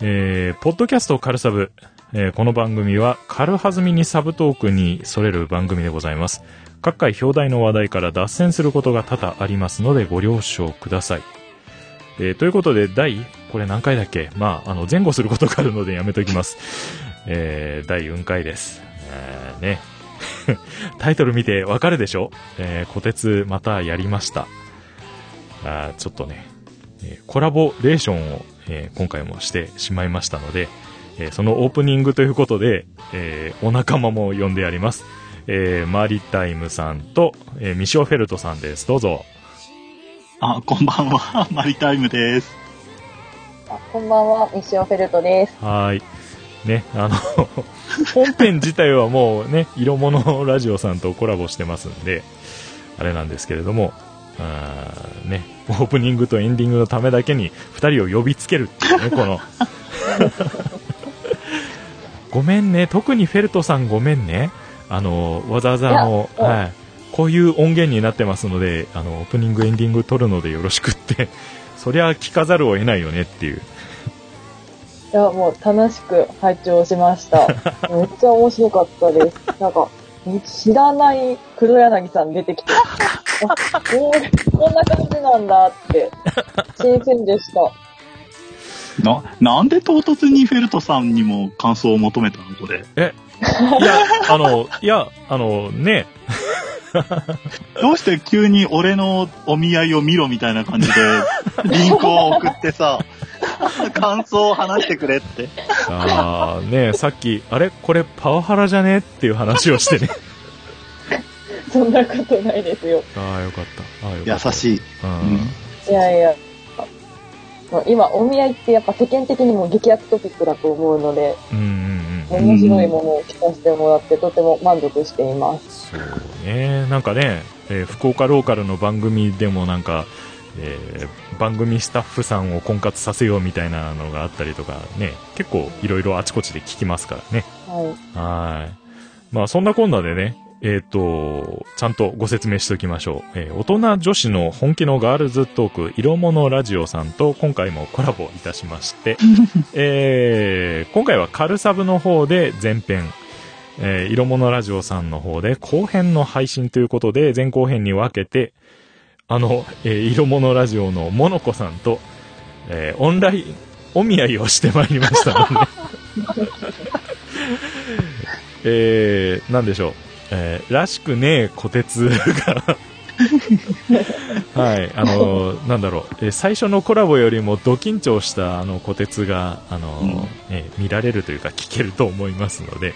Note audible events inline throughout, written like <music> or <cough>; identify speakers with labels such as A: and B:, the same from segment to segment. A: えー、ポッドキャストカルサブ。えーこの番組は、軽はずみにサブトークにそれる番組でございます。各回表題の話題から脱線することが多々ありますので、ご了承ください。えーということで、第、これ何回だっけまあ、あの、前後することがあるのでやめときます。えー、第4回です。えー、ね。 <laughs> タイトル見てわかるでしょえー、小鉄またやりました。あーちょっとね、えーコラボレーションを、えー今回もしてしまいましたので、えーそのオープニングということで、えーお仲間も呼んでやります。えーマリタイムさんと、えーミシオフェルトさんです。どうぞ。
B: あ、こんばんは。マリタイムです。
C: あこんばんは、西尾フェルトです。
A: はーい。ね、あの、 <laughs> 本編自体はもうね、色物ラジオさんとコラボしてますんで、あれなんですけれども、あーね、オープニングとエンディングのためだけに2人を呼びつけるっていうね、この。 <laughs> ごめんね、特にフェルトさんごめんね。あの、わざわざあの、
C: いやうん
A: はい、こういう音源になってますので、あの、オープニングエンディング撮るのでよろしくって、そりゃ聞かざるを得ないよねっていう。
C: いや、もう楽しく拝聴しました。めっちゃ面白かったです。なんか、知らない黒柳さん出てきて、あこうこんな感じなんだって、新鮮でした。
B: な、なんで唐突にフェルトさんにも感想を求めたのこれ。
A: いや、あの、いや、あの、ね、
B: どうして急に俺のお見合いを見ろみたいな感 <laughs> じで、リンクを送ってさ、感想を話してくれって。
A: あーね、さっき、あれこれパワハラじゃねっていう話をしてね。
C: そんなことないですよ。
A: <laughs> ああ、よかった。あーよか
B: 優
A: った。
B: しい。
A: うん。
C: いやいや。もう今、お見合いってやっぱ世間的にも激アツトピックだと思うので、
A: うんうんうん。
C: 面白いものを聞かせてもらって、とても満足しています。
A: そうね、なんかね、えー福岡ローカルの番組でもなんか、えー番組スタッフさんを婚活させようみたいなのがあったりとかね、結構いろいろあちこちで聞きますからね。
C: はい。
A: はい。まあ、そんなこんなでね、えっ、と、ちゃんとご説明しておきましょう。えー大人女子の本気のガールズトーク、色物ラジオさんと今回もコラボいたしまして、えー今回はカルサブの方で前編、えー色物ラジオさんの方で後編の配信ということで、前後編に分けて、あの、えー色物ラジオのモノコさんと、えーオンライン、お見合いをしてまいりましたので、
B: <laughs>
A: えー、なんでしょう、えーらしくねえ小鉄がはいあのーなんだろう、えー最初のコラボよりもド緊張したあの小鉄があのー
B: うん
A: えー見られるというか聞けると思いますので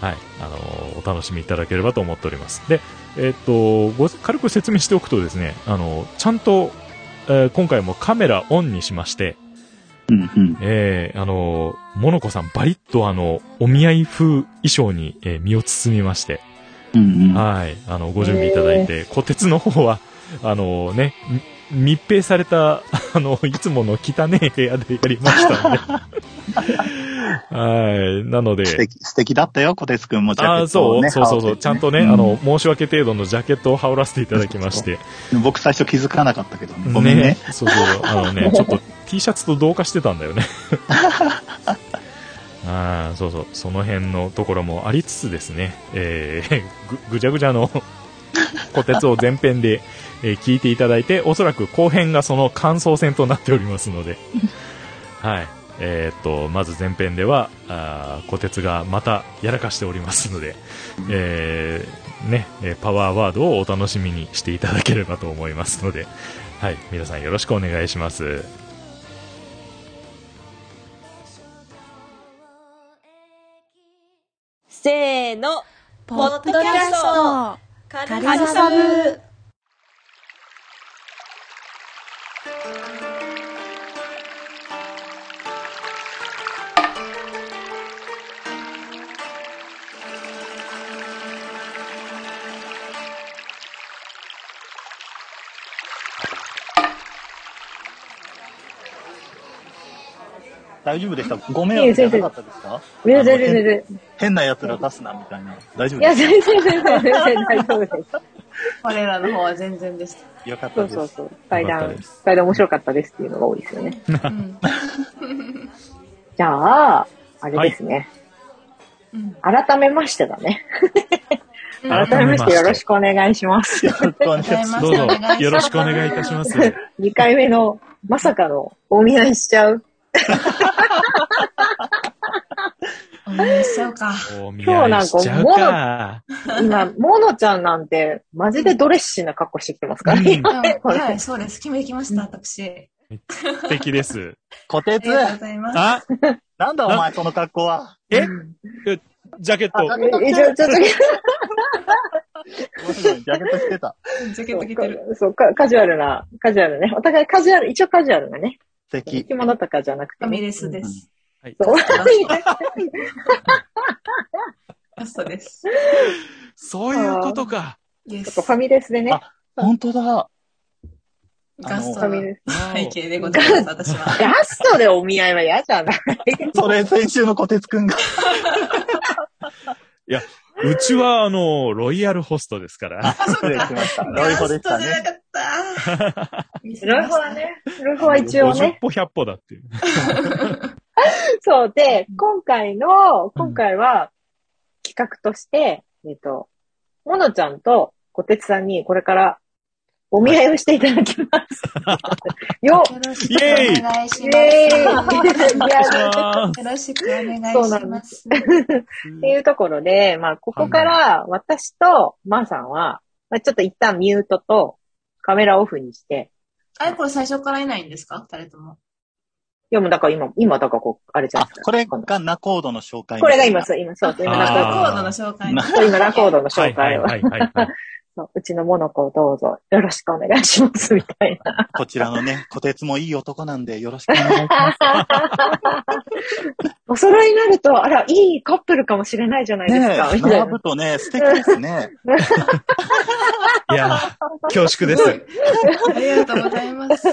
A: はいあのーお楽しみいただければと思っておりますでえーっとご軽く説明しておくとですねあのーちゃんと、えー今回もカメラオンにしまして、
B: うんうん。
A: えーあの、モノコさんバリッとあの、お見合い風衣装に、えー身を包みまして、
B: うんうん。
A: はい、あの、ご準備いただいて、虎鉄の方は、あのね、み密閉された、 <laughs> あの、いつもの汚い部屋でやりましたん
B: <laughs>
A: で。はい、なので、
B: 素敵、素敵だったよ、小鉄くんもジ
A: あ
B: ャ
A: あ、
B: ケット
A: そ
B: を
A: う、
B: ね、
A: そうそうそう、
B: 羽織ってね
A: ちゃんとね、あの、、申し訳程度のジャケットを羽織らせていただきまして、
B: うん僕最初気づかなかったけどね。ごめんね。
A: <laughs> そうそう。あの
B: <laughs>
A: ね、ちょっと T シャツと同化してたんだよね。 <laughs> ああ、そうそう。その辺のところもありつつですね、えーぐ、ぐじゃぐじゃの <laughs> 小鉄を前編で、えー聞いていただいて、おそらく後編がその感想戦となっておりますので、
B: <laughs>
A: はい。えーっと、まず前編では、あー小鉄がまたやらかしておりますので、えーね、えーパワーワードをお楽しみにしていただければと思いますので、はい、皆さんよろしくお願いします。
D: せーの、
E: ポッドキャスト
D: カ
E: カルサブ
B: 大丈夫でしたご迷惑じゃなかったですか
D: 全然全然全然。
B: 変な奴ら出すな、みたいな。大丈夫
D: いや、
B: です
D: 全然全然全然大丈夫です。
E: 我らの方は全然でし
B: よかっ
D: そ
B: た
D: う
B: で
D: そう
B: す。
D: そう。階
A: よかった
D: 段
A: です、
D: 階段面白かったですっていうのが多いですよ <laughs> ね。
E: た。うん。
D: じゃあ、あれですね。
E: うん
D: 改めましてだね。
E: うん
A: 改
D: 改め
A: めまして
D: ましてよろしくお願いします。
B: よろしくお願いします。
A: どうぞ、よろしくお願いいたします。
D: <laughs> 2回目の、まさかの、お見合いしちゃう。
E: お願いしちゃうか。
A: お見合いしちゃうか。
D: 今、モノちゃんなんて、マジでドレッシーな格好してきてますからね。
E: うんはい、そうです。決めてきました、私。
A: 素敵です。
B: 小
E: あ
B: 鉄
E: りがとうございます。
A: あ、
B: なんだお前その格好は。
A: え
D: <laughs>
A: ジャケット。
D: え一応、ちょっと、
B: 面白い。ジャケット着てた。
E: ジャケット着てる。
D: そうか、カジュアルな、カジュアルね。お互いカジュアル、一応カジュアルなね。
B: 素敵。
D: 着物とかじゃなくて、
E: ファ
D: ね。
E: ミレスです。
A: はい
D: そう。
E: ラストです。
A: そういうことか。
E: イエス
D: フ。ァミレスでね。
B: <laughs> 本当だ。
E: ガス
D: フ
E: ト
D: ァミ
E: の
D: レス。
E: 背景でございます、私は。
D: ガストでお見合いは嫌じゃない
B: それ先週の小鉄くんが。
A: うちは、あの、ロイヤルホストですから。
B: 失礼しました。ロイホでし
E: ガ
B: た
E: ストじゃ
B: ね。
E: なかった。
D: ロイホはね。ロイホは一応ね
A: 50。歩100歩だっていう。
D: そうで、今回の、今回は、企画として、えっと、モノちゃんと小鉄さんにこれからお見合いをしていただき <laughs> ます。よ
E: よろしくお願い
D: イ
E: し
D: ェーイ
E: ます。
D: いや
A: あ
E: よろしくお願い
D: そうな
E: し
D: ん
E: ま。
D: ですっていうところで、まあ、ここから私とマーさんは、まあ、ちょっと一旦ミュートとカメラオフにして、
E: あれこれ最初からいないんですか誰とも。
D: いや、もうだから今、今、だからこう、あれじゃな
B: あ
D: いです、か。
B: これがナコードの紹介。
D: これが今、そう、今、そう、今、
E: コ
A: あー
D: ラコー
E: ードの紹介。
D: ド、そう今、ラコードの
A: ーはい
D: 紹
A: は
D: 介
A: い
D: を、
A: はいはいはい。
D: そううちのモノコをどうぞよろしくお願いします、みたいな。 <laughs>
B: こちらのね、小鉄もいい男なんでよろしくお願いします。
D: お揃いになると、あら、いいカップルかもしれないじゃないです
B: ね
D: か、
B: え、
D: みたい
B: 並
D: な
B: ぶ。とね、素敵ですね。
A: いや
D: <laughs>
A: ー、恐縮です。
E: ありがとうございます。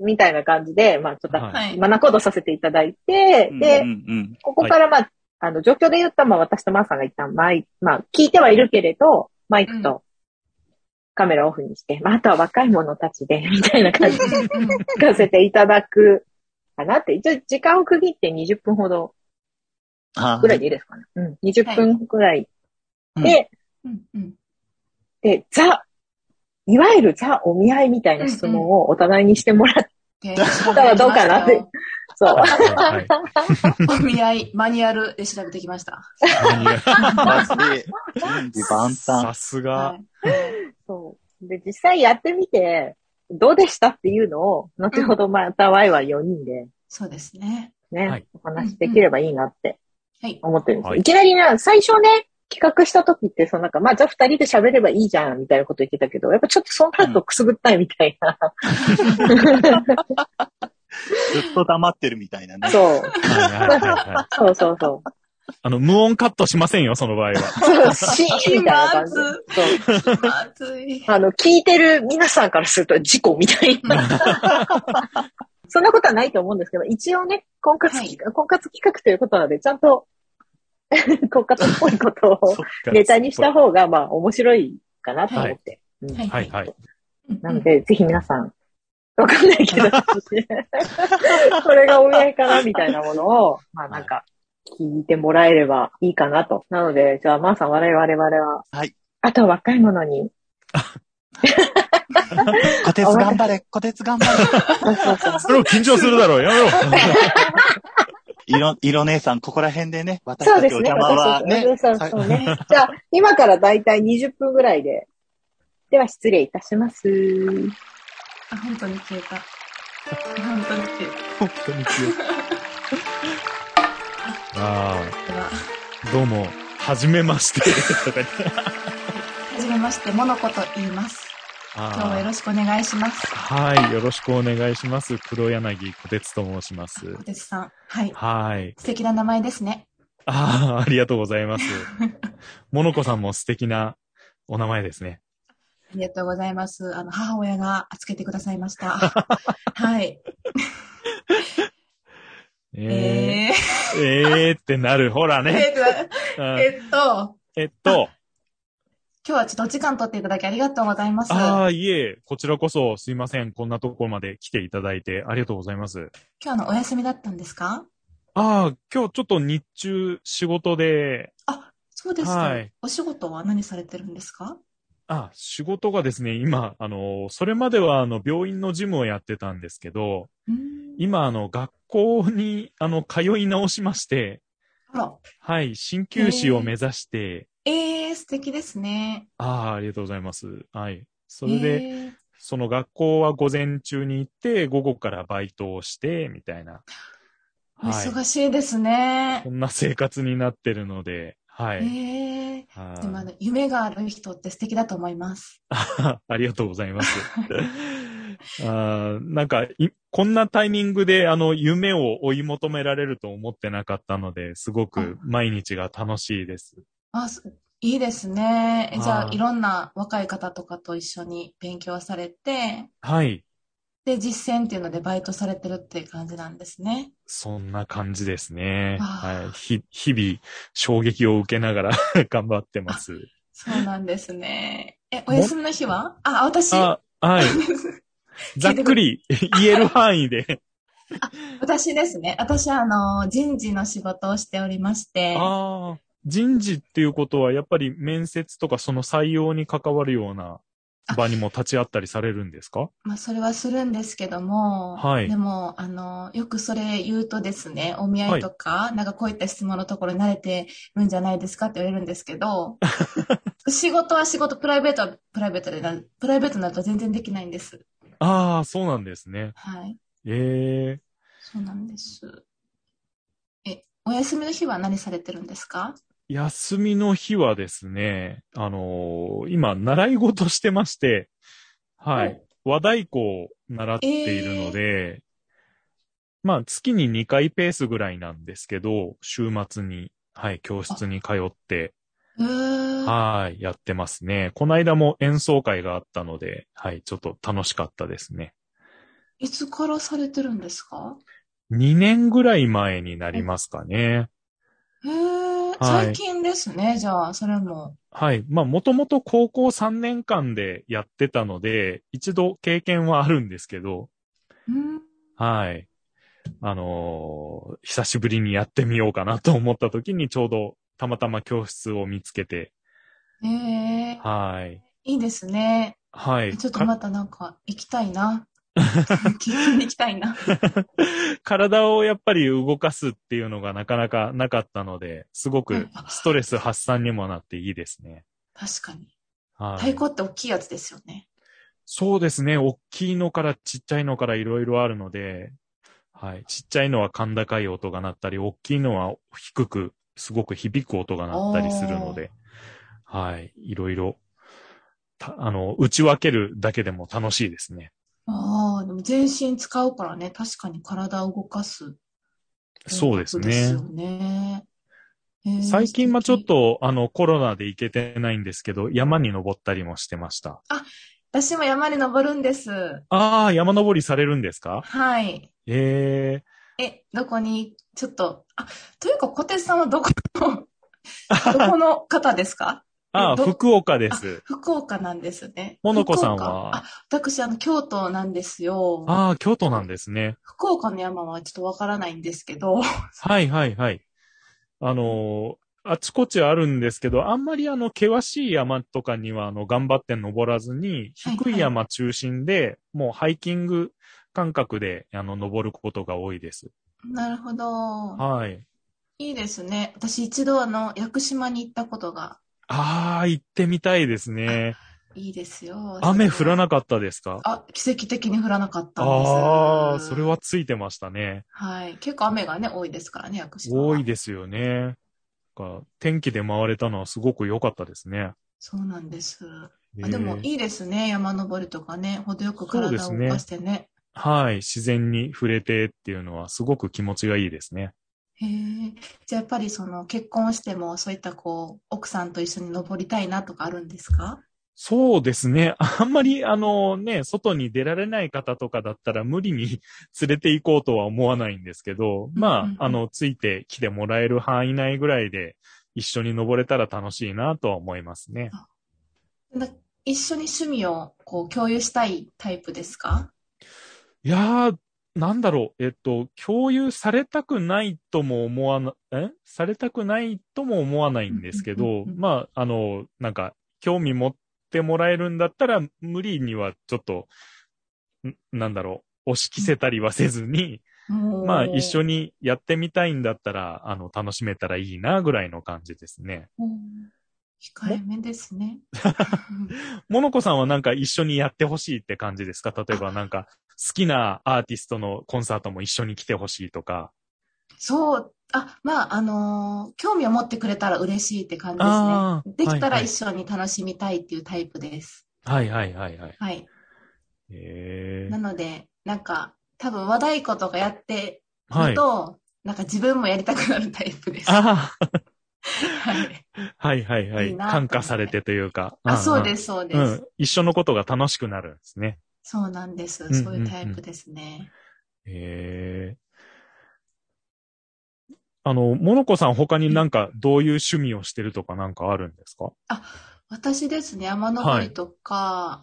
D: みたいな感じで、まあ、ちょっと、
A: はい
E: はい。
D: まあ、ナコードさせていただいて、
B: うんう
D: <laughs> で、
B: んうん。
D: ここからまあ、あの、状況で言ったら、まあ、私とマーさんが一旦マイ、まあ、聞いてはいるけれど、マイク
E: う
D: とカメラオフにして、まあ、あとは若い者たちで、みたいな感じで
E: うん
D: 聞かせていただくかなって、一応時間を区切って20分ほど
B: あ
D: ぐらいでいいですかね。うん。20分ぐらいで、
B: は
E: うんうん
D: で、ザ、いわゆるザお見合いみたいな質問をお互いにしてもらって、
E: で
D: ら <laughs> どうかなってそう。
A: はいはい
E: お見合い、マニュアルで調べてきました。
B: バスで、準備万
A: さ
D: <laughs>
B: 端。
A: す
E: は
A: が。
E: いはい
D: そう。で、実際やってみて、どうでしたっていうのを、後ほどまたワイワイ4人で
E: そうですね。
D: ね、
A: はい
D: お話しできればいいなって
E: はい。
D: 思ってるんですよ、
A: はい
D: い、きなりな、最初ね、企画した時って、そのなんか、まあ、じゃあ二人で喋ればいいじゃん、みたいなこと言ってたけど、やっぱちょっとその後くすぐったいみたいな。
B: ずっと黙ってるみたいなね。
D: そう。
A: はいはいはいはい
D: そうそうそ
A: あの、無音カットしませんよ、その場合は。
D: う。そう、シーンみたいな感じ。
E: 気ま
D: そう。
E: 熱い。
D: あの、聞いてる皆さんからすると事故みたいな。 <laughs> そんなことはないと思うんですけど、一応ね、婚活企画、婚活企画ということなので、ちゃんと、 <laughs> 婚活っぽいことをネタにした方が、まあ、面白いかなと思って。うん
E: はい
A: はいはい。
D: なので、ぜひ皆さん、わかんないけど、
B: <laughs>
D: それがお見合いかなみたいなものを、まあなんか、聞いてもらえればいいかなと。なので、じゃあ、まーさん、我々は、
B: はい。
D: あとは若い者に、
B: 小鉄頑張れ、小鉄頑張れ。
D: そうそうそう
A: それも緊張するだろう、やめ
E: <laughs>
A: ろ。
B: 色、色姉さん、ここら辺でね、私
D: そう
B: た
D: で
B: ち
D: す
B: お
D: ね。
B: 邪魔はね、
D: そうそうそうそうね。じゃあ、今からだいたい20分ぐらいで。では、失礼いたします。
E: あ、本当に消えた。本当に消え
A: 本当に強い。あ
E: た。では、
A: あ、どうも、はじめま
E: <laughs>
A: して。とか言って
E: はじめまして、モノコと言います。
A: あー
E: 今日はよろしくお願いします。
A: はい、よろしくお願いします。黒柳小鉄と申します
E: 小。鉄さん。はい。
A: はい。
E: 素敵な名前ですね。
A: ああ、ありがとうござい
E: <laughs>
A: ます。モノコさんも素敵なお名前ですね。
E: ありが <laughs> とうございます。あの、母親がつけてくださいました。はい。
A: え
E: え
A: ー、えーってなる。ほら
E: ー、
A: ね。
E: <laughs> えっ
A: うん
E: と、
A: え
E: えっと、
A: っと、
E: 今日はちょっとお時間取っていただきありがとうございます。
A: ああ、いえ、こちらこそすいません。こんなところまで来ていただいてありがとうございます。
E: 今日のお休みだったんですか
A: ああ、今日ちょっと日中仕事で、
E: そうですか、
A: はい
E: お仕事は何されてるんですか
A: あ、仕事がですね、今、あの、それまではあの、病院の事務をやってたんですけど、
E: うーん。
A: 今、あの、学校に、あの、通い直しまして、
E: あら。
A: はい、鍼灸師を目指して、
E: ええー、素敵ですね。
A: ああ、ありがとうございます。はい。それで、
E: えー
A: その学校は午前中に行って、午後からバイトをして、みたいな。
E: お
A: はい。
E: 忙しいですね
A: こ。んな生活になってるので、はい。
E: ええ
A: は
E: ー。
A: い
E: でもあの、夢がある人って素敵だと思います。
A: <laughs> ありがとうございます。あーなんかい、こんなタイミングで、あの、夢を追い求められると思ってなかったので、すごく毎日が楽しいです。
E: あ、すいいですね。えじゃ
A: は
E: あ、
A: い
E: いろんな若い方とかと一緒に勉強されて、
A: はい。
E: で、実践っていうのでバイトされてるっていう感じなんですね。
A: そんな感じですね。
E: あー
A: はい。ひ、日々、衝撃を受けながら <laughs> 頑張ってます。
E: そうなんですね。え、お休みの日はあ、私、
A: あ、 <laughs> はい。ざっくり <laughs> 言える範囲で。
E: 私ですね。私は、あの、人事の仕事をしておりまして、
A: ああ。人事っていうことは、やっぱり面接とかその採用に関わるような場にも立ち会ったりされるんですか
E: まあ、それはするんですけども、
A: はい
E: でも、あの、よくそれ言うとですね、お見合いとか、なんかこういった質問のところに慣れてるんじゃないですかって言われるんですけ
A: <laughs>
E: ど、仕事は仕事、プライベートはプライベートでな、プライベートになると全然できないんです。
A: ああ、そうなんですね。
E: はい。
A: ええ
E: そうなんです。え、お休みの日は何されてるんですか
A: 休みの日はですね、あのー今、習い事してまして、はい。和太鼓を習っているので、まあ、月に2回ペースぐらいなんですけど、週末に、はい、教室に通って、
E: うーん。
A: はい、やってますね。この間も演奏会があったので、はい、ちょっと楽しかったですね。
E: いつからされてるんですか
A: 2年ぐらい前になりますかね。
E: へえ、
A: はい
E: 最近ですね、じゃあ、それも。
A: はい。まあ、もともと高校3年間でやってたので、一度経験はあるんですけど、
E: うん。
A: はい。あのー久しぶりにやってみようかなと思った時にちょうどたまたま教室を見つけて、
E: ええ
A: はい。
E: いいですね。
A: はい。
E: ちょっとまたなんか、行きたい
A: <laughs>
E: な。経験に行きたいな。
A: か体をやっぱり動かすっていうのがなかなかなかったので、すごくストレス発散にもなっていいですね。
E: 確かに。
A: はい。
E: 太鼓って大きいやつですよね。
A: そうですね。大きいのからちっちゃいのからいろいろあるので、はい。ちっちゃいのは甲高い音が鳴ったり、大きいのは低く、すごく響く音が鳴ったりするので、はい。いろいろ、たあの、打ち分けるだけでも楽しいですね。
E: ああ、でも全身使うからね、確かに体を動かす。
A: そうです
E: で
A: ね
E: すよ。ね。えー
A: 最近はちょっ。
E: 素敵
A: と、あの、コロナで行けてないんですけど、山に登ったりもしてました。
E: 私も山に登るんです。
A: ああ、山登りされるんですか
E: はい。
A: ええ
E: え、どこに、ちょっと、あ、というか、小手さんはどこの、 <laughs> どこの方で
A: <laughs>
E: すか
A: ああ、
E: ど
A: 福岡です。
E: 福岡なんですね。
A: ものこさん
E: 福岡
A: は
E: あ、私、あの、京都なんですよ。
A: ああ、京都なんですね。
E: 福岡の山はちょっとわからないんですけど、 <laughs>
A: はいはいはい。あのーあちこちあるんですけど、あんまりあの、険しい山とかには、あの、頑張って登らずに、
E: はいはい
A: 低い山中心で、もうハイキング感覚で、あの、登ることが多いです。
E: なるほど。
A: はい。
E: いいですね。私一度あの、屋久島に行ったことが
A: ああ、行ってみたいですね。
E: いいですよ。
A: 雨降ら
E: かっ
A: なかったですか
E: た。あ、奇跡的に降らなかったんです。
A: ああ、それはついてましたね。
E: はい。結構雨がね、多いですからね、屋久島は。
A: 多いですよね。なんか天気で回れたのはすごく良かったですね。
E: そうなんです。
A: え
E: あ
A: ー
E: でもいいですね。山登りとかね、程よく体
A: そ
E: を
A: うですね
E: 動かしてね。
A: はい。自然に触れてっていうのはすごく気持ちがいいですね。
E: へえ。じゃあやっぱりその結婚してもそういったこう、奥さんと一緒に登りたいなとかあるんですか
A: そうですね。 <laughs> あんまり、あのね、外に出られない方とかだったら無理に <laughs> 連れて行こうとは思わないんですけど、
E: うんう
A: ま
E: んうん
A: あ、あの、ついてきてもらえる範囲内ぐらいで一緒に登れたら楽しいなとは思いますね。
E: な一緒に趣味をこう共有したいタイプですか
A: いやー、なんだろう。えっと、共有されたくないとも思わな、えされたくないとも思わないんですけ
E: うんうん
A: ど
E: うんう、ん
A: まあ、あの、なんか、興味持ってもらえるんだったら、無理にはちょっと、んなんだろう。押し着せたりはせずに、まあ、一緒にやってみたいんだったら、あの、楽しめたらいいな、ぐらいの感じですね。
E: うん控えめです
A: <laughs>
E: ね。
A: モノコさんはなんか一緒にやってほしいって感じですか例えばなんか、好きなアーティストのコンサートも一緒に来てほしいとか。
E: そう、あ、まあ、あのー興味を持ってくれたら嬉しいって感じ
A: あー
E: ですね。できた
A: は
E: ら
A: いはい
E: 一緒に楽しみたいっていうタイプです。
A: はいはいはいはい。
E: はい。
A: え
E: なので、なんか、多分和太鼓とかやって
A: ー、は
E: る
A: い。
E: と、なんか自分もやりたくなるタイプです。は
A: あ
E: い。
A: あ、はいはいはいい。
E: いな
A: 感化されてというか。。
E: あ、そうですす、そうです。
A: うん。一緒のことが楽しくなるんですね。
E: そうなんです。
A: んうん
E: そういうタイプですね。
A: ええあの、モノコさん他になんかどういう趣味をしてるとかなんかあるんですか
E: 私ですね、山登りとか、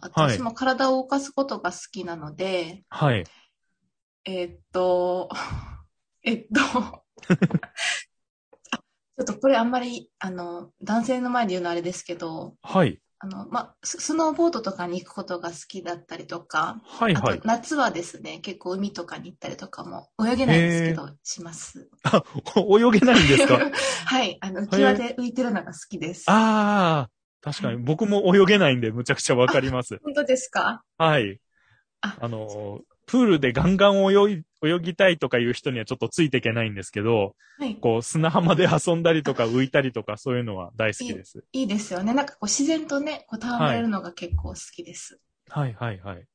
A: はい
E: 私も体を動かすことが好きなので、
A: はい。
E: えーっと、 <laughs> えっと、
A: <laughs>
E: あちょっとこれあんまり、あの、男性の前で言うのあれですけど、
A: はい。
E: あの、ま、ススノーボードとかに行くことが好きだったりとか、
A: はいは
E: あ
A: い
E: と。夏はですね、結構海とかに行ったりとかも、泳げないんですけど、します。
A: あ、 <laughs> 泳げないんですか
E: <laughs> はい、あの、浮き輪で浮いてるのが好きです。
A: ああ、確かに僕も泳げないんでむちゃくちゃわかります。
E: 本当ですか
A: はい。
E: あ
A: あの、プールでガンガン泳い、泳ぎたいとかいう人にはちょっとついていけないんですけど、
E: はい。
A: こう砂浜で遊んだりとか浮いたりとかそういうのは大好きです。
E: いいですよね。なんかこう自然とね、こう戯れるのが結構好きです。
A: はいはいはい。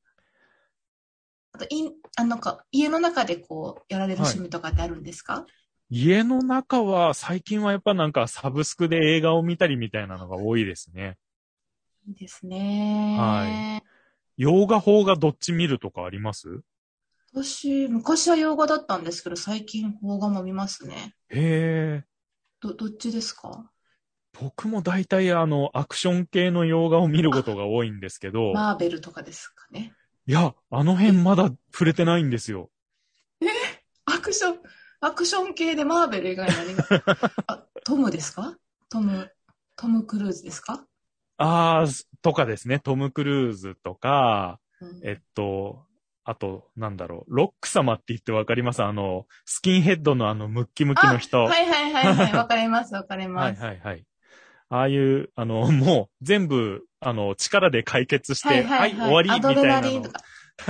E: あと、いん、あのか、家の中でこう、やられる趣味とかってあるんですか、
A: 家の中は最近はやっぱなんかサブスクで映画を見たりみたいなのが多いですね。
E: い、いですね。
A: は洋画法がどっち見るとかあります
E: 私、昔は洋画だったんですけど、最近邦画も見ますね。
A: へえ。
E: ど、どっちですか
A: 僕も大体あのアクション系の洋画を見ることが多いんですけど、
E: マーベルとかですかね。
A: いや、あの辺まだ触れてないんですよ。
E: アクション、アクション系でマーベル以外何が、
A: <laughs>
E: あ、トムですかトム、トム・クルーズですか、
A: あー、とかですね、トム・クルーズとか、
E: うん
A: えっと、あと、なんだろう、ロック様って言ってわかりますあの、スキンヘッドのあの、ムッキムキの人。
E: はいはいはいはい。わかります、わかり
A: はい
E: ます。
A: はいはい。ああいう、あの、もう、全部、あの、力で解決して、はい終わり
E: アド
A: みた
E: レ
A: い
E: ナ
A: な
E: リン
A: の
E: と。
A: <laughs>
E: か。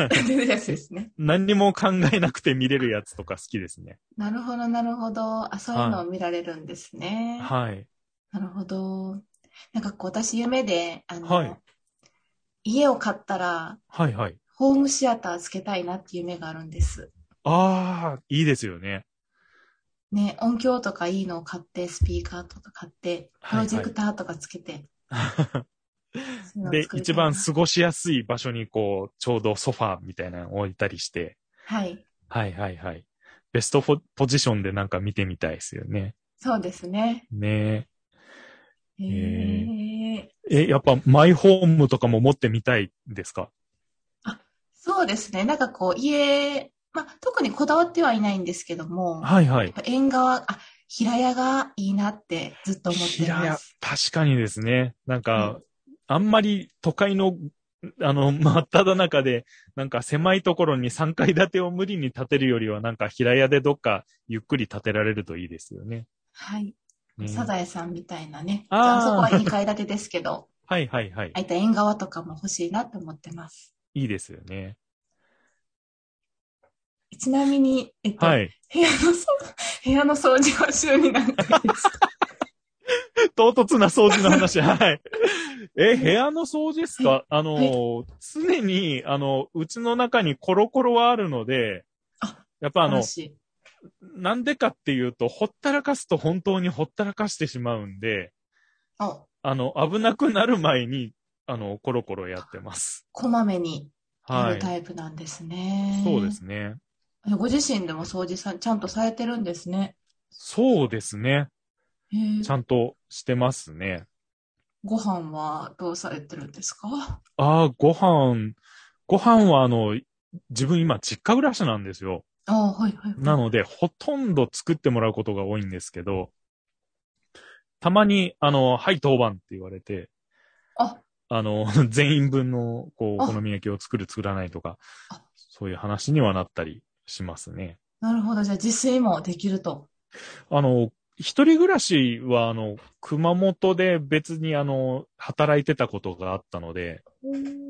E: 出てるやつですね。
A: 何にも考えなくて見れるやつとか好きですね。
E: なるほど、なるほど。あ、そういうのを見られるんですね。
A: はい。
E: なるほど。なんかこう、私夢で、あの、
A: はい
E: 家を買ったら、
A: はいはい。
E: ホームシアターつけたいなっていう夢があるんです。
A: ああ、いいですよね。
E: ね、音響とかいいのを買って、スピーカーとか買って、
A: は
E: プ
A: いは
E: ロ
A: い
E: ジェクターとかつけて。そういうのを
A: で
E: 作、りた
A: 一
E: いな
A: 番過ごしやすい場所にこう、ちょうどソファーみたいなのを置いたりして。
E: はい。
A: はいはいはい。ベストポポジションでなんか見てみたいですよね。
E: そうですね。
A: ねー
E: へえ。
A: え。え、やっぱマイホームとかも持ってみたいですか
E: そうですね。なんかこう、家、まあ、特にこだわってはいないんですけども、
A: はいはい。
E: 縁側、あ、平屋がいいなってずっと思ってい
A: 平
E: ま
A: 屋
E: す。
A: 確かにですね。なんか
E: う、
A: あんまり都会の、あの、 <laughs> 真っ只中で、なんか狭いところに3階建てを無理に建てるよりは、なんか平屋でどっかゆっくり建てられるといいですよね。
E: はい。
A: ね
E: サザエさんみたいなね。
A: あー
E: あそこは2階建てですけど、 <laughs>
A: はいはいはい
E: あ。あいった縁側とかも欲しいなと思ってます。
A: いいですよね。
E: ちなみに、えっと、
A: はい。
E: 部屋の掃部屋の掃除は週に何回ですか
A: 唐突な掃除の <laughs> 話、はい。え、部屋の掃除ですかあのー、常に、あの、うちの中にコロコロはあるので
E: あ、
A: やっぱあの、
E: 私
A: なんでかっていうと、ほったらかすと本当にほったらかしてしまうんで、
E: あ
A: あの、危なくなる前に、あの、コロコロやってます。
E: こまめにや
A: は
E: る
A: い。
E: タイプなんですね。
A: そうで。すね。
E: ご自身でも掃除さん、ちゃんとされてるんですね。
A: そうですね。
E: へえ
A: ちゃんとしてますね。
E: ご飯はどうされてるんですか
A: ああ、ご飯、ご飯はあの、自分今実家暮らしなんですよ。
E: ああ、はいはい。
A: なので、ほとんど作ってもらうことが多いんですけど、たまに、あの、はい、当番って言われて、
E: あ
A: あの、 <laughs> 全員分の、こう、お
E: あ
A: 好み焼きを作る、作らないとか
E: あ、
A: そういう話にはなったりしますね。
E: なるほど。じゃあ自炊もできると。
A: あの、一人暮らしは、あの、熊本で別に、あの、働いてたことがあったので、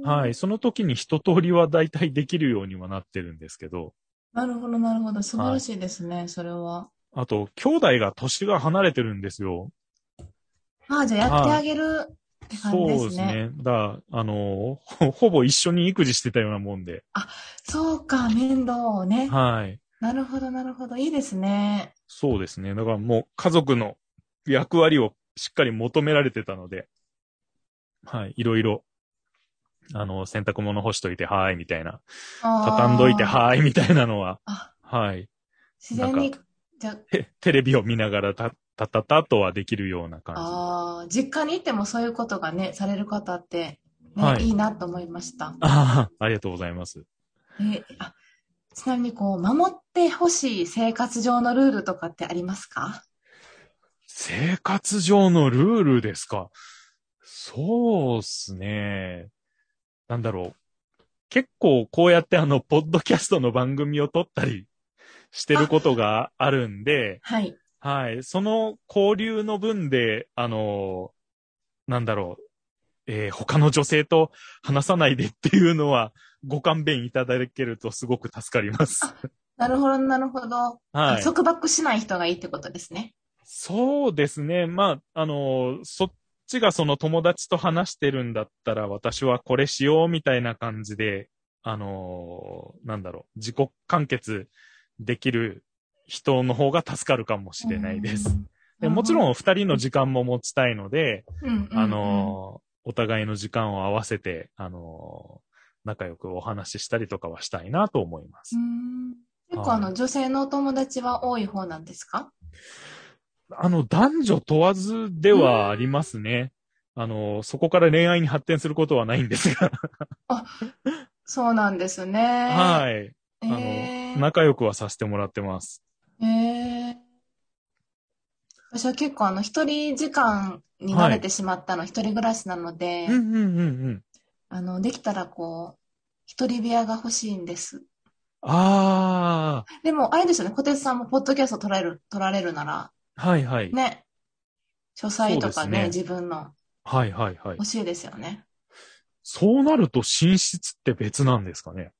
A: はい、その時に一通りは大体できるようにはなってるんですけど、
E: なるほど、なるほど。素晴らしいですね、それは。
A: あと、兄弟が年が離れてるんですよ。
E: ああ、じゃあやってあげるって感じですね。
A: そうですね。だから、あの、ほほぼ一緒に育児してたようなもんで。
E: そうか、面倒をね。
A: はい。
E: なるほど、なるほど。いいですね。
A: そうですね。だからもう家族の役割をしっかり求められてたので、はい。いろいろ、あの、洗濯物干しといて、はーい、みたいな。畳
E: 畳
A: んどいて、はーい、みたいなのは
E: あ、
A: はい。
E: 自然に
A: な、
E: じゃあ
A: てテレビを見ながらた、たたたとはできるような感
E: あー実家にいてもそういうことがね、される方って、ね
A: はい
E: い、いなと思いました
A: じ。。ああ、ありがとうございます。
E: えーあちなみに、こう、守ってほしい生活上のルールとかってありますか
A: 生活上のルールですか。そうっすね。なんだろう。結構こうやってあの、ポッドキャストの番組を撮ったりしてることがあるんで、 <laughs>
E: はい。
A: はい。その交流の分で、あの、なんだろう。えー他の女性と話さないでっていうのは、ご勘弁いただけるとすごく助かります。
E: なるほど、なるほど。
A: はい。
E: 束縛しない人がいいってことですね。
A: そうですね。まあ、あの、そっちがその友達と話してるんだったら、私はこれしようみたいな感じで、あの、なんだろう、自己完結できる人の方が助かるかもしれないです。でもちろん二人の時間も持ちたいので、
E: うん、うんうん
A: あ、の、お互いの時間を合わせて、あの、仲良くお話ししたりとかはしたいなと思います
E: う。ん結構あ
A: は
E: の、女性のお友達は多い方なんですか
A: あの、男女問わずではありますね。あの、そこから恋愛に発展することはないんですが、
E: そうなんですね。。
A: はいい。あ
E: えー
A: の、仲良くはさせてもらってます。
E: ええ私は結構あの、一人時間に慣れてしまったの、一人暮らしなので
A: う、んうんうんうん。
E: あの、できたらこう、一人部屋が欲しいんです。
A: あ
E: でも、あれですよね、小鉄さんもポッドキャスト撮られる、撮られるなら、
A: あ、はいはい。
E: ね、書斎とか
A: そうですね
E: ね、自分の
A: はいはいはい
E: 欲。しいですよね。
A: そうなると寝室って別なんですかね。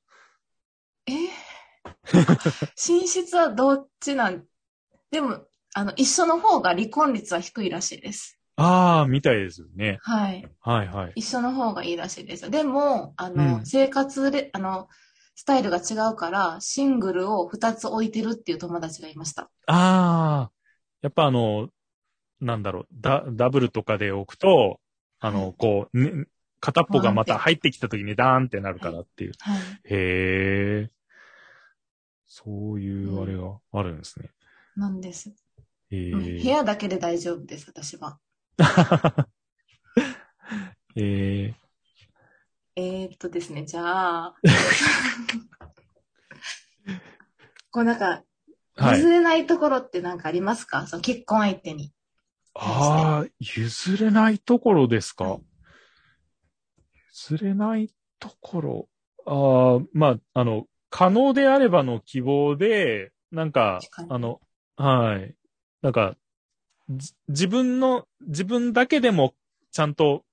E: え
A: <laughs>
E: ー寝室はどっちなん、でも、あの、一緒の方が離婚率は低いらしいです。
A: ああ、みたいですよね。
E: はい。
A: はいはい。
E: 一緒の方がいいらしいです。でも、あ
A: う
E: の、
A: ん
E: 生活で、あの、スタイルが違うから、シングルを二つ置いてるっていう友達がいました。
A: ああ、やっぱあの、なんだろう、ダダブルとかで置くと、あの、こう、ね、片っぽがまた入ってきた時にダーンってなるからっていう。
E: はい。
A: へえ。そういうあれがあるんですね。
E: なんです。
A: へ
E: うん部
A: え。
E: 屋だけで大丈夫です、私は。
A: へえ。
E: えー、っとですね、じ <laughs> ゃあ、こうなんか、
A: はい。
E: 譲れないところってなんかありますか、その結婚相手に。
A: ああ、譲れないところです
E: は
A: か
E: い。
A: 譲れないところ。ああ、まあ、あの、可能であればの希望で、なんか
E: 確か、に
A: あの、はい。なんか、じ自分の、自分だけでもちゃんと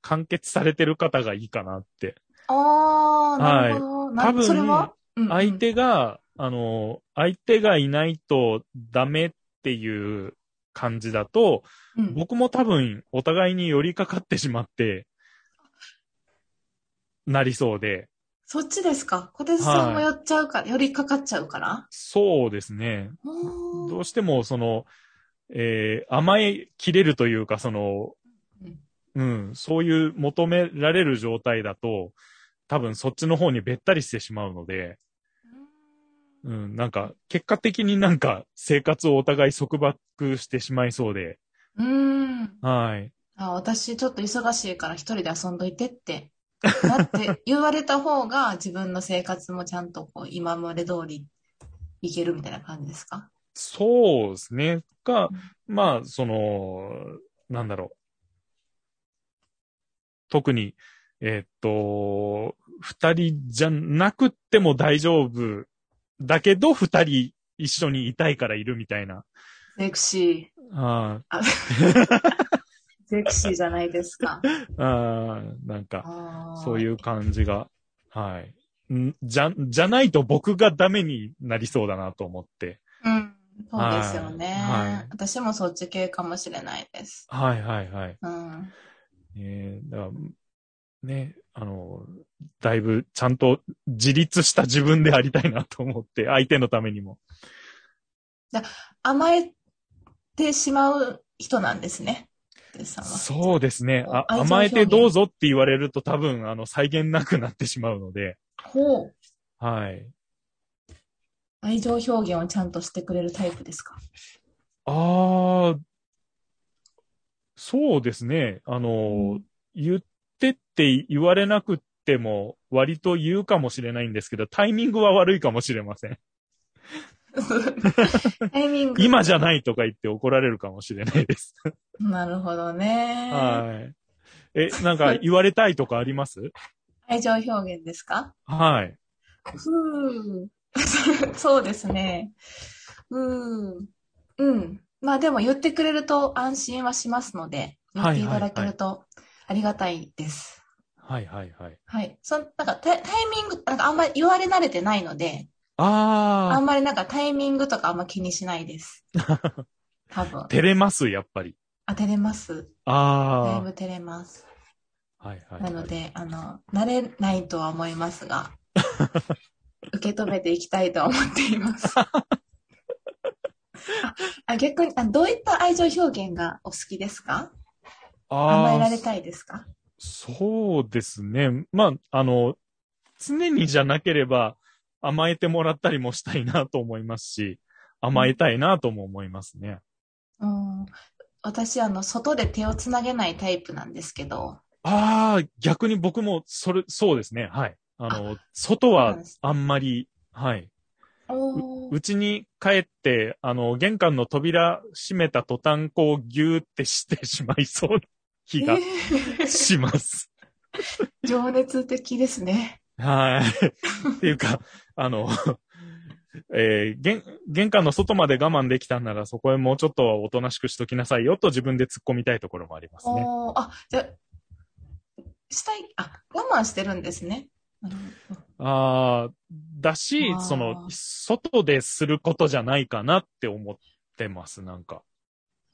A: 完結されてる方がいいかなって。
E: あー、なるほど。な
A: 多分
E: それは、うんうん
A: 相手が、あの、相手がいないとダメっていう感じだと、
E: うん
A: 僕も多分お互いに寄りかかってしまって、なりそうで。
E: そっちですか小手さんも
A: はい
E: 寄っちゃうから、寄りかかっちゃうから
A: そうですね。
E: おー
A: どうしても、その、えー甘え切れるというか、その、
E: うん
A: うん、そういう求められる状態だと、多分そっちの方にべったりしてしまうので、うん、なんか、結果的になんか生活をお互い束縛してしまいそうで、
E: うん。
A: はい。
E: あ、私ちょっと忙しいから一人で遊んどいてって。だって言われた方が自分の生活もちゃんとこう今まで通りいけるみたいな感じですか
A: そうですね。か、まあ、その、なんだろう。特に、えーっと、二人じゃなくっても大丈夫。だけど、二人一緒にいたいからいるみたいな。
E: セクシー。
A: あ
E: あセクシーじゃないですか。。
A: ーあー、なんか、そういうう感じが、はい。んじゃ、じゃないと僕がダメになりそうだなと思って。
E: うん。そうですよね。
A: はいはい
E: 私もそっち系かもしれないです。
A: はいはいはい。
E: うん。
A: ねえだからね、あの、だいぶちゃんと自立した自分でありたいなと思って、相手のためにも。
E: 甘えてしまう人なんですね。テツさんは
A: そうですね。あ
E: 愛情
A: 甘え
E: 表
A: て
E: 現
A: どうぞって言われると多分、あの、再現なくなってしまうので、
E: ほう。
A: はい。
E: 愛情表現をちゃんとしてくれるタイプですか
A: ああ、そうですね。あの、言ってって言われなくっても、割と言うかもしれないんですけど、タイミングは悪いかもしれません。
E: <laughs> タイミング。
A: 今じゃないとか言って怒られるかもしれないです。
E: なるほどね。
A: はい。え、なんか言われたいとかあり <laughs> ます
E: 愛情表現ですか
A: はい。
E: ふう <laughs> そうですね。うーん。うん。まあでも言ってくれると安心はしますので、言っていただけるとありがたいです。
A: はいはいはい。
E: はい。その、なんかタイタイミング、なんかあんまり言われ慣れてないので、あ
A: あ
E: んまりなんかタイミングとかあんま気にしないです。多分
A: ー、。照れます、やっぱり。
E: あ、照れます。だい
A: あ
E: ぶ照れます。
A: ー。はいはい、は。
E: ないので、あの、慣れないとは思います
A: <laughs>
E: が、受け止めていきたいとは思って
A: <laughs>
E: います。ああ逆にあ、どういった愛情表現がお好きですか甘えられ
A: あー、
E: たいですか
A: そうですね。まあ、あの、常にじゃなければ甘えてもらったりもしたいなと思いますし、甘えたいなとも思いますね。
E: うん私、あの、外で手をつなげないタイプなんですけど、
A: あー、逆に僕もそれ、そうですね。はい。あの、外
E: そうなん
A: は
E: です
A: あんまり、はい。
E: おー
A: うちに帰って、あの、玄関の扉閉めた途端、こう、ギューってしてしまいそうな気が
E: えー
A: します。
E: 情熱的ですね。
A: はい。っていうか、あの、えー玄、玄関の外まで我慢できたんなら、そこへもうちょっとはおとなしくしときなさいよと自分で突っ込みたいところもありますね。
E: おーあ、じゃ、したい、あ、我慢してるんですね。なるほど
A: ああ、だし
E: あ、ー
A: その、外ですることじゃないかなって思ってます、なん
E: <laughs>
A: か。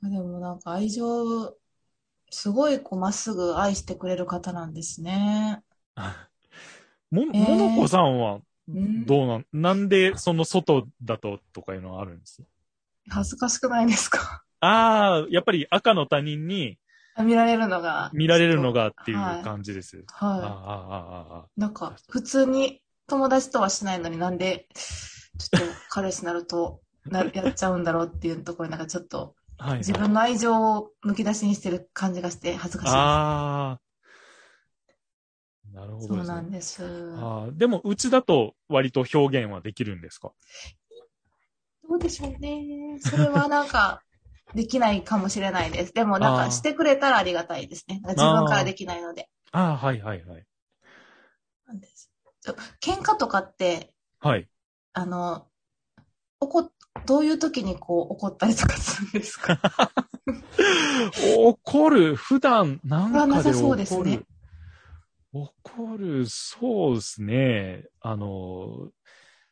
E: まあでもなんか愛情、すごいこうまっすぐ愛してくれる方なんですね。
A: も、
E: えー
A: ものこさんは、
E: うん
A: どうなん、なんでその外だととかいうのはあるんです
E: 恥ずかしくないですか <laughs>
A: ああ、やっぱり赤の他人に
E: 見られるのが。
A: 見られるのがっていう
E: はい
A: 感じです。あーあー、
E: は
A: あーあ
E: い。なんか、普通に友達とはしないのになんで、ちょっと彼氏になると、な、 <laughs> やっちゃうんだろうっていうところなんかちょっと、
A: ー、あーはい。
E: 自分の愛情をむき出しにしてる感じがして恥ずかしいで
A: ああ。なるほ
E: す。
A: ど
E: そう
A: です
E: な
A: ね
E: ん。です。ど
A: あーでも、うちだと割と表現はできるんですか
E: うでしょうね。それはなんか、
A: <laughs>
E: できないかもしれないです。でもなん
A: あー
E: かしてくれたらありがたいですね。なんか自分からできないので。
A: ああ、はいはいはい。
E: なんです。ちょ喧嘩とかって、
A: はい。
E: あの、怒っ、どういう時にこう怒ったりとかするんです
A: <laughs>
E: か
A: 怒る、普段なん
E: これはな
A: かで怒
E: さ
A: る。
E: そうですね
A: 怒る、そうですね。あの、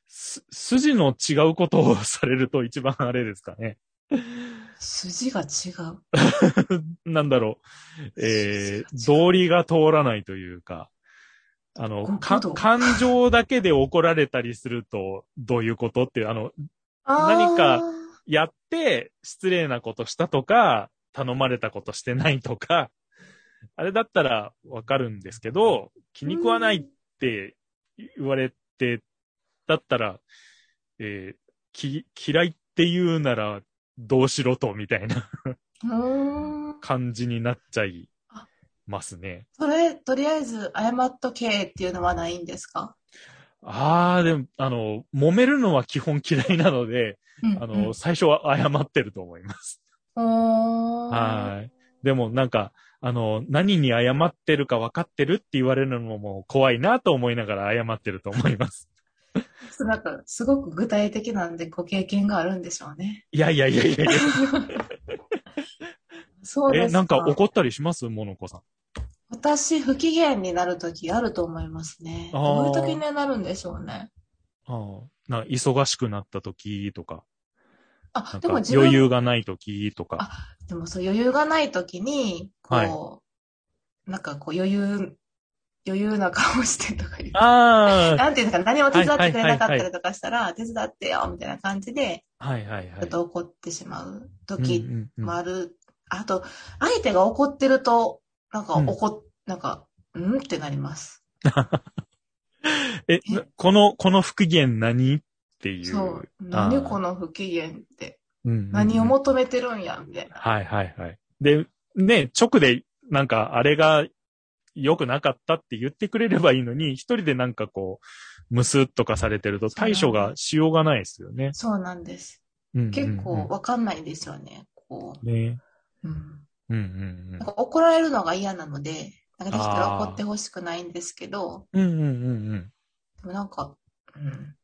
A: す、筋の違うことをされると一番あれですかね。
E: 筋が違う。
A: なんだろう。えー、
E: 筋が違う
A: 道理が通らないというか、あの、か
E: 本当だ
A: 感情だけで怒られたりすると、どういうことっていう、あの、何か
E: あー
A: やって失礼なことしたとか、頼まれたことしてないとか、あれだったらわかるんですけど、気に食わないって言われて、だったら、えーき、嫌いって言うならどうしろと、みたいな
E: うーん。
A: 感じになっちゃいますね。
E: それ、とりあえず、謝っとけっていうのはないんですか
A: ああ、でも、あの、揉めるのは基本嫌いなので、
E: うん
A: あの、最初は謝ってると思います。
E: うん。は
A: はい。でもなんか、あの、何に謝ってるか分かってるって言われるのも怖いなと思いながら謝ってると思います。
E: い。そうなんか、すごく具体的なんで、ご経験があるんでしょうね。
A: <laughs> いやいやいやいやいや。
E: <laughs> そうで
A: え、
E: す
A: なんか怒ったりしますモノコさん。
E: 私、不機嫌になるときあると思いますね。
A: あー
E: どういうときになるんでしょうね。
A: ああ。な忙しくなった時とか、な
E: あ、
A: ん
E: で
A: か
E: も自分
A: 余裕がない時とか。
E: でもそう余裕がないときに、こう、
A: はい
E: なんかこう余裕、余裕な顔してとか言う。
A: あ
E: なんていうのか、何も手伝ってくれなか
A: はいはいはい
E: った
A: は
E: りとかしたら、手伝ってよみたいな感じで、
A: あ。はいはいは
E: ちょっ
A: い。
E: と怒ってしまう
A: うん
E: 時
A: うんうん
E: もある。あと、相手が怒ってると、なんか怒っ、なんか、うんってなります。
A: え、なこの、この復元何っていう。
E: そう。
A: あ
E: な
A: ー
E: んでこの不機嫌って、
A: うんうんうん
E: 何を求めてるんや、みたいな。
A: はいはいはい。で、ね、直で、なんか、あれが良くなかったって言ってくれればいいのに、一人でなんかこう、ムスッとかされてると対処がしようがないですよね。
E: そうなんです。
A: うんうんうん
E: 結構。わかんないんですよね。こ
A: ね。
E: う。うん
A: うんうん
E: なんか怒られるのが嫌なので、なんかできたら
A: あー
E: 怒ってほしくないんですけど、
A: うん。うんうんうんうん。
E: でもなんか、うん。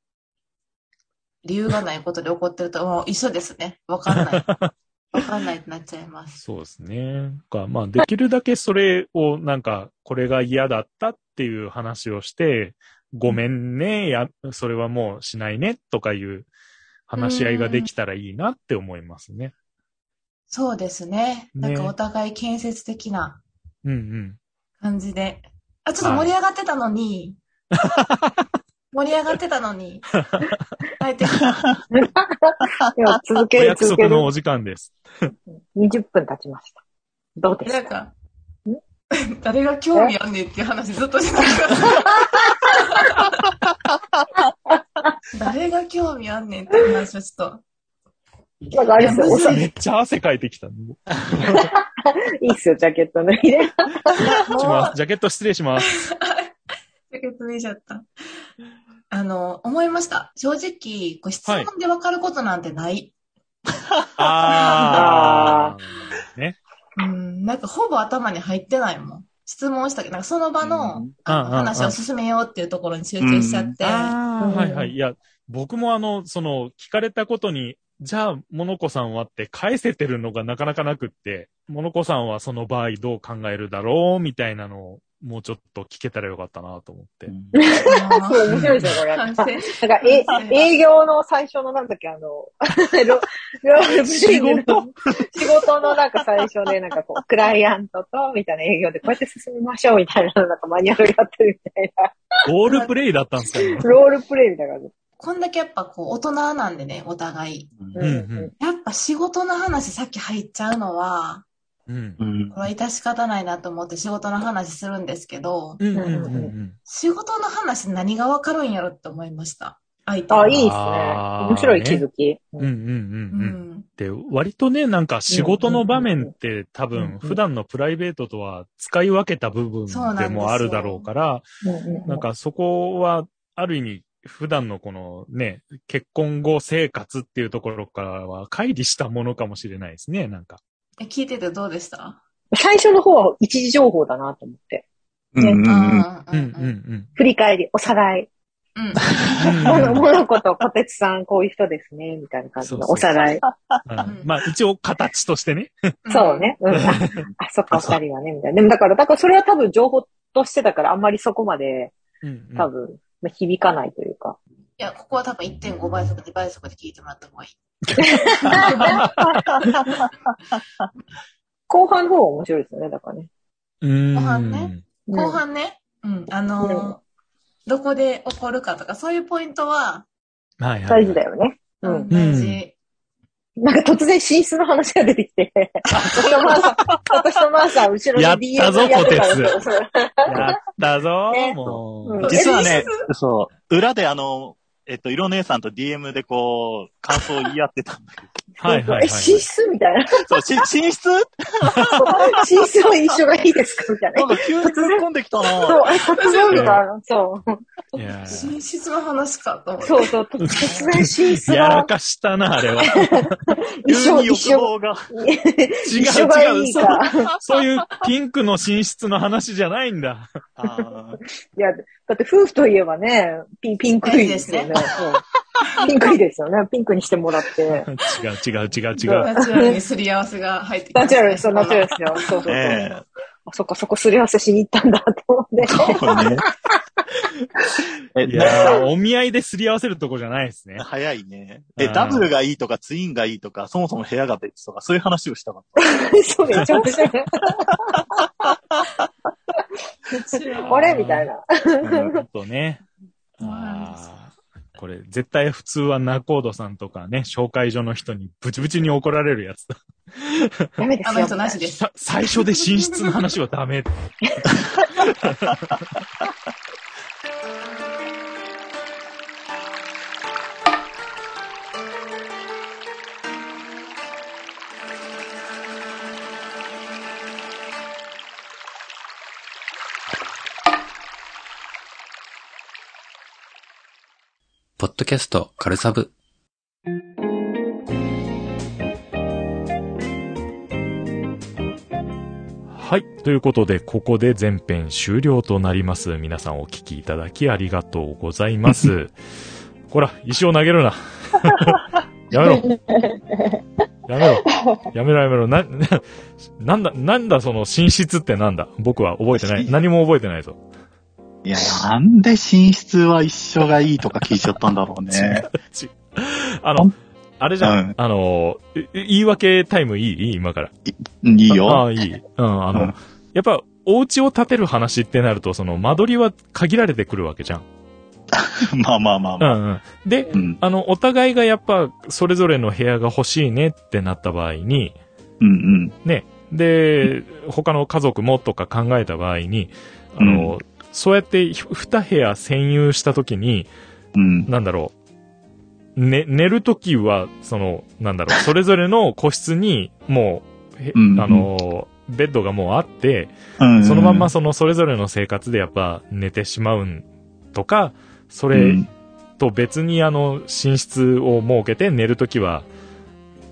E: 理由がないことで怒ってると、もう一緒ですね。わか
A: <laughs>
E: んない。わかんないってなっちゃいます。
A: そうですね。かまあ、できるだけそれを、なんか、これが嫌だったっていう話をして、ごめんね、や、それはもうしないね、とかいう話し合いができたらいいなって思いますね。
E: そうですね。
A: ね
E: なんかお互い建設的な
A: うんうん。
E: 感じで。あ、ちょっと盛り上がってた
D: <laughs>
E: のに、盛り上がってたのに、泣いてきた。
D: では続
A: お
D: ける
A: 約
D: 続け
A: 束
D: る
A: の。お時間です。
D: 20分経ちました。どうで
E: な
D: す
E: ん
D: か
E: か、誰が興味あんねんっていう話ずっとしてたから。誰が興味あんねんっていう話はちょっ
D: なんかあれですよ、
E: い
D: お
E: やむず
D: さ
A: めっちゃ汗かいてきた。
D: いいっすよ、ジャケット脱いで。
E: と、
A: し
E: も
A: ま
E: う
A: す。、ジャケット失礼します。
E: ジャケット脱いちゃった。あの、思いました。正直、こう質
A: はい
E: 問でわかることなんてない。
A: あー。ね。
E: うん、なんかほぼ頭に入ってないもん。質問したけど、なんかその場
B: う
E: の
B: ん
E: あ
A: うん
E: の
A: うんうん
E: 話を進めようっていうところに集中しちゃって。
A: あー
D: うん
A: はいはい。いや、僕もあの、その、聞かれたことに、じゃあ、モノコさんはって返せてるのがなかなかなくって、モノコさんはその場合どう考えるだろうみたいなのを、もうちょっと聞けたらよかったなと思って。
E: あ
D: そう、
E: ー
D: 面白いですよ、これ。
E: 反省
D: なんか、え、営業の最初のなんだ
A: <laughs>
D: っけ、あの、ロロ
A: 仕事
D: 仕事のなんか最初で、なん
A: <laughs>
D: かこう、クライアントと、みたいな営業で、こうやって進みましょう、みたいな、なんかマニュアルがあってるみたいな、
A: ゴールプレイだったんですか今
D: ロールプレイみたいな感じ。
E: こんだけやっぱこう大人なんでね、お互い。
A: うん
E: やっぱ仕事の話さっき入っちゃうのは、
A: うん。
B: うんうん
E: これは致し方ないなと思って仕事の話するんですけど、
A: うんうんうんうん。
E: 仕事の話何がわかるんやろって思いました。相手の
D: あ、いいっすね。
A: あー
D: 面白い気づき。
A: うんうん
E: う
A: うんうん。
E: ん。
A: で、割とね、なんか仕事の場面って多
D: うんうんう
A: 分
D: ん
A: 普段のプライベートとは使い分けた部分
E: そうなんで
A: です
E: よ
A: もあるだろうから、
D: うんうん
A: なんかそこはある意味普段のこのね、結婚後生活っていうところからは乖離したものかもしれないですね、なんか。
E: え聞いててどうでした
D: 最初の方は一時情報だなと思って。
B: うんうんうん
A: うん
E: う
A: うんうん。
D: 振り返り、おさらい。
E: うん。
D: モノモノコと小鉄さん、こういう人ですね、みたいな感じ
A: そう
D: の
A: そう
D: おさらい。
A: うんまあ一応形としてね。
D: そう。ね。うん。あ、あそっか、お二人はね、みたいな。でもだから、だからそれは多分情報としてだから、あんまりそこまで、
A: うん
D: 多分、まあ響かないというか。
E: いや、ここは多分1.5倍速、2倍速で聞いてもらった方がいい。
D: 後半の方が面白いですよね、だからね。
A: うん。
E: ご飯ね
D: <laughs>
E: 後半ね、うん、あ
D: う
E: の、どこで起こるかとか、そういうポイントは、
A: はいはい。
D: 大事だよね。う
E: うん
D: ん。
E: 大事。
D: なんか突然寝室の話が出てきて、私とマーさん、私とマーさん、後ろに DM
A: やったぞ
D: やってたんですよ。
A: やったぞ
D: ね
A: も
D: うん
A: う。
B: 実はね、そう、裏であの、えっと、色姉さんと DM でこう、感想を言い合って <laughs> たんだけ
A: はいはいはい。
D: <laughs> え、寝室みたいな。
B: ど。そう、し寝室
D: 寝室も一緒がいいですかみたい
B: な
D: な。
B: んか急に突っ込んでき <laughs> た
D: そう
B: な。、
D: え、突然みたいな。そう。
A: いやー
E: 寝室の話かと思って。
D: そうそう、突突然寝室
A: やら
D: が
A: かしたな、あれは。
D: 一
B: 急
D: 緒、
B: に
D: 一
B: 欲
D: 緒。
B: 望が。
A: 違う
D: <laughs> 一緒が
A: 違う
D: いい
A: そう
D: か。
A: そういうピンクの寝室の話じゃないんだ。
B: あー
D: いや、だって夫婦といえばね、ピピンク類ですよね。うんピンク類ですよね。ピンクにしてもらって。
A: 違う違う違う違
E: <laughs>
A: う。
E: ナチュラルにすり合わせが入ってき
D: ナチュラルです
E: そ
D: よ、
E: う
D: ナチュラルですよ。そうそうそう。
B: ね
D: あそっか、そこすり合わせしに行ったんだと思って
B: え。。そうね。え、
A: い
B: なん
A: やーお見合いですり合わせるとこじゃないですね
B: か。早いね。
A: う
B: で、
A: ん
B: ダブルがいいとか、ツインがいいとか、そもそも部屋が別とか、そういう話をしたかっ
E: <laughs>
D: そうめっちゃ面白い。あれみたいな。
A: ちょっとね。
E: そうなんです
A: あーこれ、絶対普通はナコードさんとかね、紹介所の人にブチブチに怒られるやつだ。
D: ダメで
E: あ
D: す
E: の
D: よ
E: 人。なしです。
A: さ最初で寝室の話はダメ。
F: ポッドキャストカルサブ。
A: はい。ということで、ここで全編終了となります。皆さんお聞きいただきありがとうございます。ほら、石を投げるな。 <laughs> やめろ。やめろ。やめろやめろ。な、なんだ、なんだその寝室ってなんだ僕は覚えてない。何も覚えてないぞ。
B: た。いや、なんで寝室は一緒がいいとか聞いちゃったんだろうね。
A: あの、あれじゃん。
B: うん
A: あの、い言い訳タイムいいいい今から。
B: うんいい
A: あ
B: よ。
A: あ、いい。うん、あの、
B: うん
A: やっぱ、お家を建てる話ってなると、その、間取りは限られてくるわけじゃん。
B: まあまあまあ
A: う
B: まあ。
A: んうん。で、
B: うん。
A: あの、お互いがやっぱ、それぞれの部屋が欲しいねってなった場合に、
B: うん
A: ね、で、他の家族もとか考えた場合に、あの、そうやってひ二部屋占有した時に、
B: うん。うん。
A: なんだろう、ね、寝る時は、その、なんだろ
B: <laughs>
A: う、それぞれの個室に、もう、へ
B: うん
A: あの、ベッドがもうあって、
B: うん
A: そのまんまそのそれぞれの生活でやっぱ寝てしまうんとか、それ
B: うん
A: と別にあの寝室を設けて寝るときは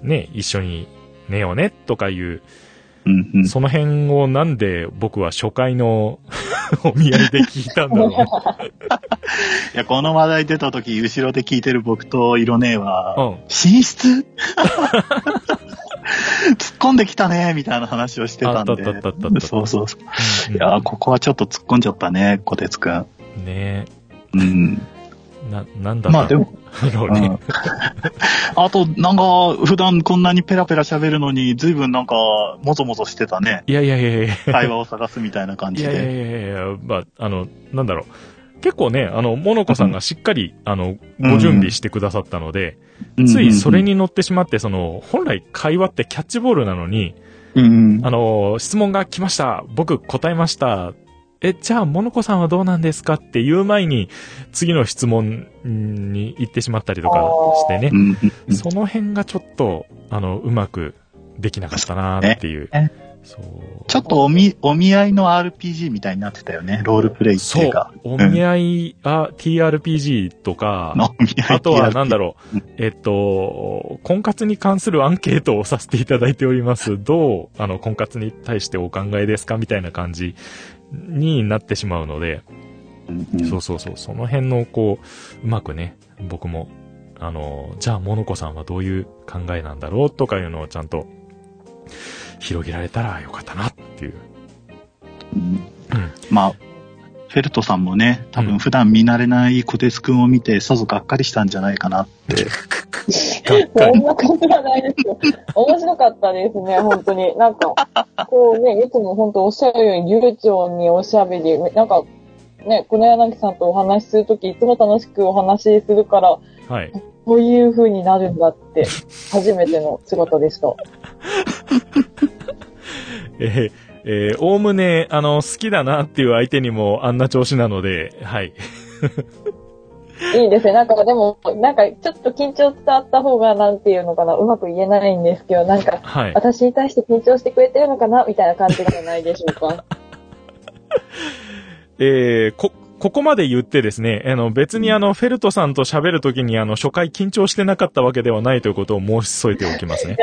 A: ね一緒に寝ようねとかいう、
B: うんうん
A: その辺をなんで僕は初回の <laughs> お見合いで聞いたんだろうね
B: <laughs> いや、この話題出た時、後ろで聞いてる僕と色姉
A: う
B: は、
A: ん
B: 寝室 <laughs> 突っ込んできたね、みたいな話をしてたんで。
A: あったあったあったあった
B: そうそうそう。
A: うん
B: いやー、ここはちょっと突っ込んじゃったね、小鉄くん。
A: うんね
B: うん。
A: えななんだ
B: まあで
A: ろ
B: も、
A: う
B: う
A: ね、
B: ん、 <laughs> あと、なんか、普段こんなにペラペラ喋るのに、随分なんか、もぞもぞしてたね。
A: いやいやいやいや
B: 会話を探すみたいな感
A: い
B: じ
A: やいや
B: で。
A: いやいや、まあ、あの、なんだろう。結構ね、あの、モノコさんがしっかり、あの、ご準備してくださったので、ついそれに乗ってしまって、その、本来会話ってキャッチボールなのに、
B: うんうん、
A: あの、質問が来ました。僕答えました。え、じゃあ、モノコさんはどうなんですかっていう前に、次の質問に行ってしまったりとかしてね
B: う。んうんうん
A: その辺がちょっと、あの、うまくできなかったなーっていう
B: そうね。
A: そう。
B: ちょっとおみ、お見合いの RPG みたいになってたよね。ロールプレイって
A: そ
B: いううか。。
A: お見合い、あ、TRPG とか、
B: のお見合い
A: あとはなんだ
B: ろ
A: ろう、えっと、婚活に関するアンケートをさせていただいております。どう、あの、婚活に対してお考えですかみたいな感じになってしまうので、
B: う。うんうん
A: そうそうそう、その辺の、こう、うまくね、僕も、あの、じゃあ、モノコさんはどういう考えなんだろうとかいうのをちゃんと、広げられたらよかったなっていう。
B: うんまあ、フェルトさんもね、多分普段見慣れない小鉄くんを見て、さぞがっかりしたんじゃないかなっ
A: が
B: て。
A: っか
C: そん
A: り。
C: なことはないですよ。面白かったですね、 <laughs> 本当に。なんか、こうね、いつも本当おっしゃるように流暢におしゃべり、なんか、ね、黒柳さんとお話しするとき、いつも楽しくお話しするから、
A: はい。
C: こういう風になるんだって、初めての姿でした。
A: えーえー、おおむね、あの、好きだなっていう相手にもあんな調子なので、はい。
C: いいですね。なんかでも、なんかちょっと緊張伝わった方が、なんていうのかな、うまく言えないんですけど、なんか、
A: はい。
C: 私に対して緊張してくれてるのかな、みたいな感じじゃないでしょうか。
A: えーこ、ここまで言ってですね、あの、別にあの、フェルトさんと喋るときにあの、初回緊張してなかったわけではないということを申し添えておきますね。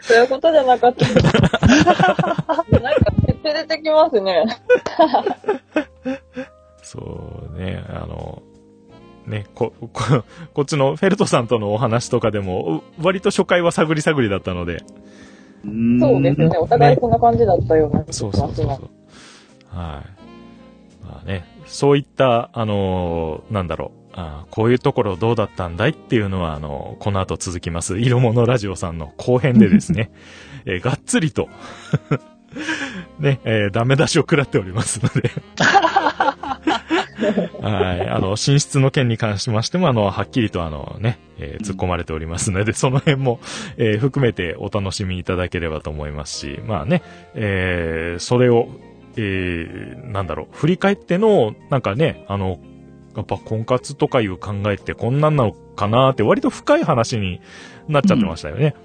C: そういうことじゃなかった。 <laughs> なんか、徹底出てきますね。
A: そうね、あの、ね、こ、こ、こっちのフェルトさんとのお話とかでも、う割と初回は探り探りだったので、
B: ん
C: そうですね。お互いそんな感じだったような気がし
A: そう
C: ま
A: そう
C: す
A: そう
C: ね。
A: そう。はい。まあね、そういった、あのーなんだろう。あーこういうところどうだったんだいっていうのは、あのーこの後続きます。色物ラジオさんの後編でですね、えーがっつりと、 <laughs> ね、えーダメ出しを食らっておりますので。 <laughs> はい。あの、寝室の件に関しましても、あの、はっきりとあのね、えー突っ込まれておりますので、その辺も、えー含めてお楽しみいただければと思いますし、まあね、えーそれを、えーなんだろう、振り返っての、なんかね、あの、やっぱ婚活とかいう考えってこんなんなのかなって割と深い話になっちゃってましたよね。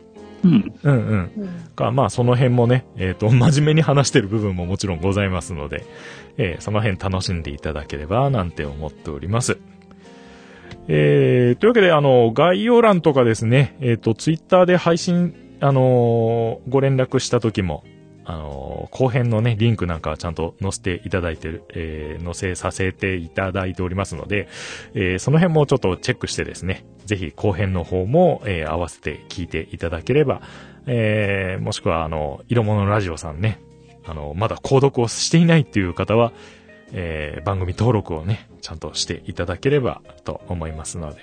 B: うん。
A: うん、うん、か、まあその辺もね、えっ、と、真面目に話してる部分ももちろんございますので、えーその辺楽しんでいただければなんて思っております。えー、というわけで、あの、概要欄とかですね、えっ、と、ツイッターで配信、あのーご連絡した時も、あのー後編のね、リンクなんかはちゃんと載せていただいてる、えー載せさせていただいておりますので、えーその辺もちょっとチェックしてですね、ぜひ後編の方も、えー合わせて聞いていただければえー、もしくは、あの、色物ラジオさんね、あの、まだ購読をしていないっていう方は、えー、番組登録をね、ちゃんとしていただければと思いますので、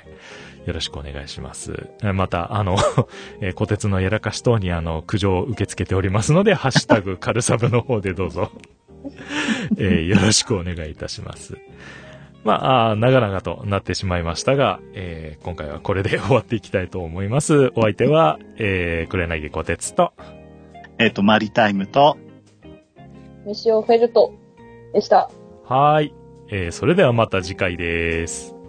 A: よろしくお願いします。えまた、あの、 <laughs> えー、小鉄のやらかし等に、あの、苦情を受け付けておりますので、ハッシュタグ、カルサブの方でどうぞ、えー、よろしくお願いいたします。まあ、あー長々となってしまいましたが、えー今回はこれで終わっていきたいと思います。お相手は、えー、くれなぎこてつと、
B: えっ、と、マリタイムと、
C: ミシオ・フェルトでした。
A: はーい。えーそれではまた次回です。